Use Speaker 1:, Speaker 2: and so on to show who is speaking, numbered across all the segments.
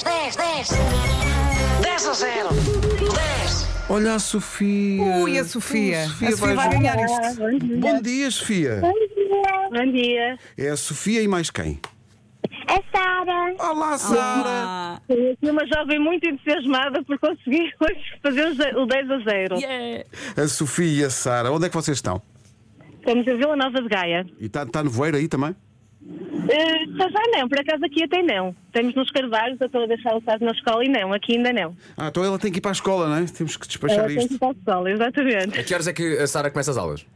Speaker 1: 10. 10 a 0. 10.
Speaker 2: Olha a Sofia.
Speaker 3: Ui, a Sofia.
Speaker 2: Uh,
Speaker 3: A Sofia vai
Speaker 2: vais-
Speaker 3: ganhar
Speaker 4: Olá,
Speaker 3: isto.
Speaker 4: bom dia.
Speaker 2: Bom dia, Sofia.
Speaker 4: Bom dia.
Speaker 2: É a Sofia e mais quem?
Speaker 5: É Sara.
Speaker 2: Olá, Sara.
Speaker 4: Eu fui uma jovem muito entusiasmada por conseguir hoje fazer o ze- o 10 a 0.
Speaker 3: Yeah.
Speaker 2: A Sofia e a Sara, onde é que vocês estão?
Speaker 4: Estamos em Vila Nova de Gaia.
Speaker 2: E está tá nevoeiro aí também?
Speaker 4: Eh, Para já não, por acaso aqui até não. Estamos nos Carvalhos, eu estou a deixar o estado na escola e não, aqui ainda não.
Speaker 2: Ah, então ela tem que ir para a escola, não é? Temos que
Speaker 4: Ela
Speaker 2: despachar
Speaker 4: tem que
Speaker 2: isto.
Speaker 4: ir para a escola,
Speaker 6: A
Speaker 4: exatamente.
Speaker 6: que horas é que a Sara começa as aulas?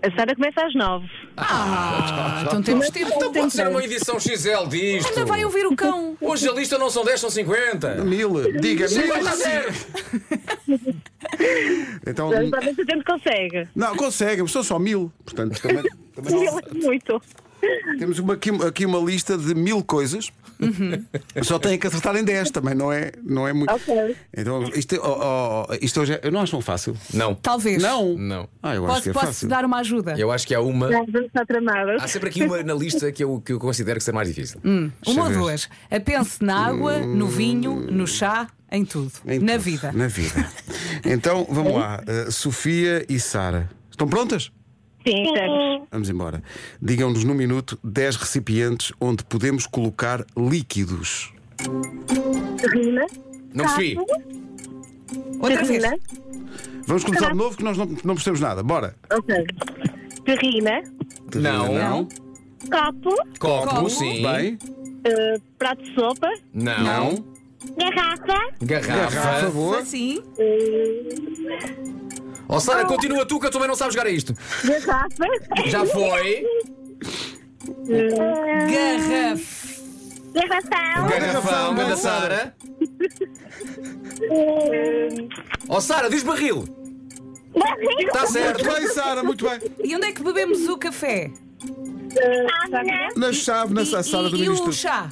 Speaker 4: A Sara começa às 9.
Speaker 3: Então temos tempo.
Speaker 6: Então pode ser uma edição XL disto.
Speaker 3: Ainda vai ouvir o cão.
Speaker 6: Hoje a lista não são 10, são 50.
Speaker 2: Mil, diga,
Speaker 6: é.
Speaker 2: mil. Então,
Speaker 4: Exatamente, a gente consegue.
Speaker 2: não, consegue, são só mil. Portanto, também, também não-
Speaker 4: Ela é muito.
Speaker 2: Temos uma- aqui, aqui uma lista de mil coisas.
Speaker 6: Uhum.
Speaker 2: Só tem que acertar em 10 também, não é, não é muito.
Speaker 4: Ok.
Speaker 2: Então, isto, oh, oh, isto hoje é, eu não acho tão fácil.
Speaker 6: Não.
Speaker 3: Talvez.
Speaker 2: Não?
Speaker 6: Não.
Speaker 2: Ah, eu acho que
Speaker 3: Posso,
Speaker 2: é
Speaker 3: posso
Speaker 2: fácil.
Speaker 3: dar uma ajuda?
Speaker 6: Eu acho que há uma.
Speaker 4: Nós vamos estar tramadas.
Speaker 6: Há sempre aqui uma na lista que eu, que eu considero que ser mais difícil.
Speaker 3: Uma ou
Speaker 2: Deixa eu ver. Hum.
Speaker 3: duas. A pense na água, no vinho, no chá, em tudo.
Speaker 2: Em
Speaker 3: na
Speaker 2: tudo.
Speaker 3: vida.
Speaker 2: Na vida. Então, vamos lá. Uh, Sofia e Sara. Estão prontas?
Speaker 4: Sim, estamos.
Speaker 2: Vamos embora. Digam-nos no minuto 10 recipientes onde podemos colocar líquidos.
Speaker 4: Rina,
Speaker 6: Não percebi.
Speaker 3: Outra vez.
Speaker 4: terrina.
Speaker 2: Vamos começar de novo que nós não, não percebemos nada. Bora.
Speaker 4: Ok. Terrina,
Speaker 3: Tá.
Speaker 6: Não.
Speaker 2: Não.
Speaker 4: copo,
Speaker 6: Copo,
Speaker 3: Copo.
Speaker 6: sim.
Speaker 2: Bem.
Speaker 4: eh, prato de sopa,
Speaker 6: Não.
Speaker 2: Não.
Speaker 5: Garrafa.
Speaker 6: Garrafa.
Speaker 2: Garrafa, por favor.
Speaker 3: Assim.
Speaker 6: Ó Oh, Sara, continua tu que eu também não sabes jogar a isto.
Speaker 4: garrafa,
Speaker 6: Já foi.
Speaker 3: Garrafa.
Speaker 5: Garrafão.
Speaker 6: Garrafão da Sara. Ó Oh, Sara, diz barril.
Speaker 5: Barril.
Speaker 6: Está certo.
Speaker 2: Muito bem, Sara, muito bem.
Speaker 3: E onde é que bebemos o café?
Speaker 5: Sábana.
Speaker 2: Na chave, na
Speaker 3: E-
Speaker 2: sa- sala
Speaker 3: e,
Speaker 2: do
Speaker 3: e o
Speaker 2: ministro.
Speaker 3: chá?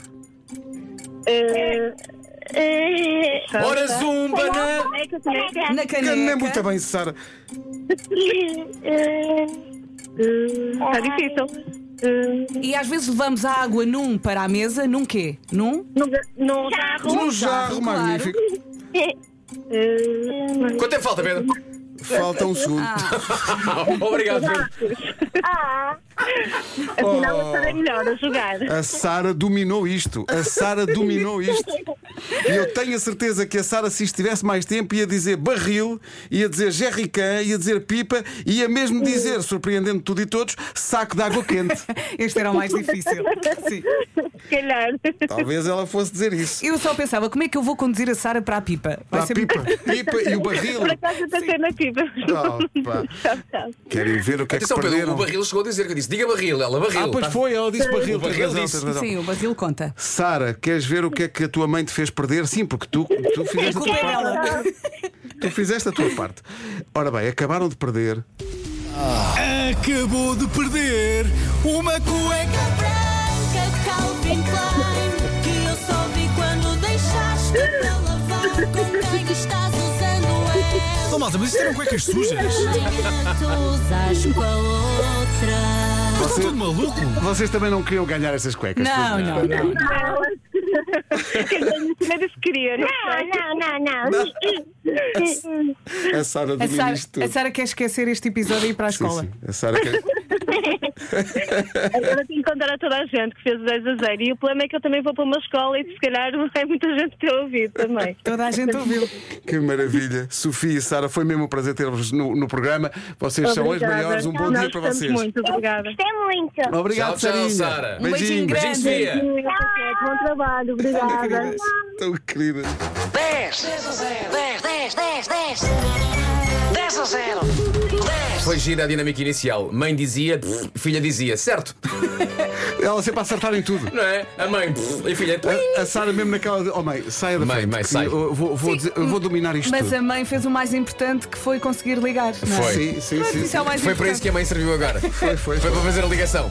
Speaker 4: eh,
Speaker 5: Eh,
Speaker 6: Ora, zumba né? na.
Speaker 4: caneca, caneca,
Speaker 5: caneca.
Speaker 3: Na caneca.
Speaker 2: Não é muito bem, Sara.
Speaker 5: Eh,
Speaker 4: Está Tá difícil. Eh,
Speaker 3: E às vezes levamos a água num para a mesa, num quê? Num?
Speaker 4: no ga- no
Speaker 5: Jarro.
Speaker 2: Um jarro
Speaker 3: Um jarro,
Speaker 2: magnífico.
Speaker 5: eh,
Speaker 4: Eh,
Speaker 6: Quanto tempo falta, Pedro?
Speaker 2: Falta um segundo.
Speaker 3: Ah.
Speaker 6: Obrigado, Pedro.
Speaker 5: ah, Oh.
Speaker 4: Afinal, eu estarei Assim melhor a jogar.
Speaker 2: A Sara dominou isto. A Sara dominou isto. E eu tenho a certeza que a Sara, se estivesse mais tempo, ia dizer barril, ia dizer jerrycan, ia dizer pipa, ia mesmo dizer, surpreendendo tudo e todos, saco de água quente.
Speaker 3: Este era o mais difícil. Sim.
Speaker 4: Se calhar.
Speaker 2: Talvez ela fosse dizer isso.
Speaker 3: Eu só pensava, como é que eu vou conduzir a Sara para a pipa? Vai
Speaker 2: Para a
Speaker 3: ser-
Speaker 2: pipa, pipa e o barril.
Speaker 4: Por acaso eu pensei na pipa.
Speaker 2: Opa. Querem ver o que é que
Speaker 6: Atenção, Então, Pedro,
Speaker 2: perderam?
Speaker 6: o barril chegou a dizer que eu disse: diga barril, ela barril.
Speaker 2: Ah, pois
Speaker 6: Tá-
Speaker 2: foi, ela disse barril.
Speaker 6: O barril
Speaker 2: tens razão,
Speaker 6: disse.
Speaker 2: tens razão.
Speaker 3: Sim, o barril conta.
Speaker 2: Sara, queres ver o que é que a tua mãe te fez perder? Sim, porque tu, tu
Speaker 3: A
Speaker 2: fizeste a
Speaker 3: culpa
Speaker 2: tua
Speaker 3: é
Speaker 2: parte.
Speaker 3: dela.
Speaker 2: Tu fizeste a tua parte. Ora bem, acabaram de perder
Speaker 7: Acabou de perder uma cueca.
Speaker 8: branca Calvin Klein Que eu só vi quando deixaste para lavar Com quem estás usando ela
Speaker 7: Oh, malta, mas isto eram cuecas sujas.
Speaker 8: Amanhã tu usas com a outra
Speaker 7: Mas está tudo maluco.
Speaker 2: Vocês também não queriam ganhar essas cuecas.
Speaker 3: Não,
Speaker 2: pois
Speaker 3: não, não.
Speaker 4: Quem ganha em cima disse que queria, né? não
Speaker 5: não,
Speaker 4: sei.
Speaker 5: não, não, não.
Speaker 2: A Sara
Speaker 3: A
Speaker 2: domina
Speaker 3: Sara,
Speaker 2: isto tudo.
Speaker 3: a Sara quer esquecer este episódio e ir para a
Speaker 2: Sim,
Speaker 3: escola.
Speaker 2: sim. A Sara quer...
Speaker 4: Agora tenho que contar a toda a gente que fez o 10 a 0. E o problema é que eu também vou para uma escola e se calhar vai muita gente ter ouvido também.
Speaker 5: Tá
Speaker 3: Toda a gente ouviu.
Speaker 2: Que maravilha. Sofia e Sara, foi mesmo um prazer ter-vos no, no programa. Vocês são as
Speaker 4: Obrigada.
Speaker 2: maiores. Um bom
Speaker 4: Nós
Speaker 2: dia para
Speaker 4: gostamos
Speaker 2: vocês.
Speaker 4: Muito obrigada.
Speaker 5: Gostei muito.
Speaker 2: Obrigado,
Speaker 6: Tchau, tchau,
Speaker 2: Sarinha.
Speaker 6: Sara. Um
Speaker 3: beijinho grande.
Speaker 6: Beijinho, Sofia.
Speaker 4: Bom trabalho, obrigada.
Speaker 2: Tão querida.
Speaker 1: 10. 10 a 0. 10. 10. 10. 10. 10 a 0. 10.
Speaker 6: Foi gira a dinâmica inicial. Mãe dizia, pff, filha dizia, certo?
Speaker 2: Ela sempre a acertar em tudo.
Speaker 6: Não é? A mãe pff, e a filha. pff.
Speaker 2: A, a Sara mesmo naquela de. Oh mãe, saia da
Speaker 6: Mãe,
Speaker 2: frente,
Speaker 6: mãe,
Speaker 2: que
Speaker 6: sai.
Speaker 2: Eu vou, vou dizer- eu vou dominar isto
Speaker 3: Mas
Speaker 2: tudo.
Speaker 3: a mãe fez o mais importante que foi conseguir ligar. não é?
Speaker 6: Foi.
Speaker 2: Sim, sim,
Speaker 3: Pronto,
Speaker 2: sim.
Speaker 3: isso é o mais
Speaker 6: Foi para
Speaker 3: importante.
Speaker 6: isso que a mãe serviu agora.
Speaker 2: Foi, foi,
Speaker 6: Foi para fazer a ligação.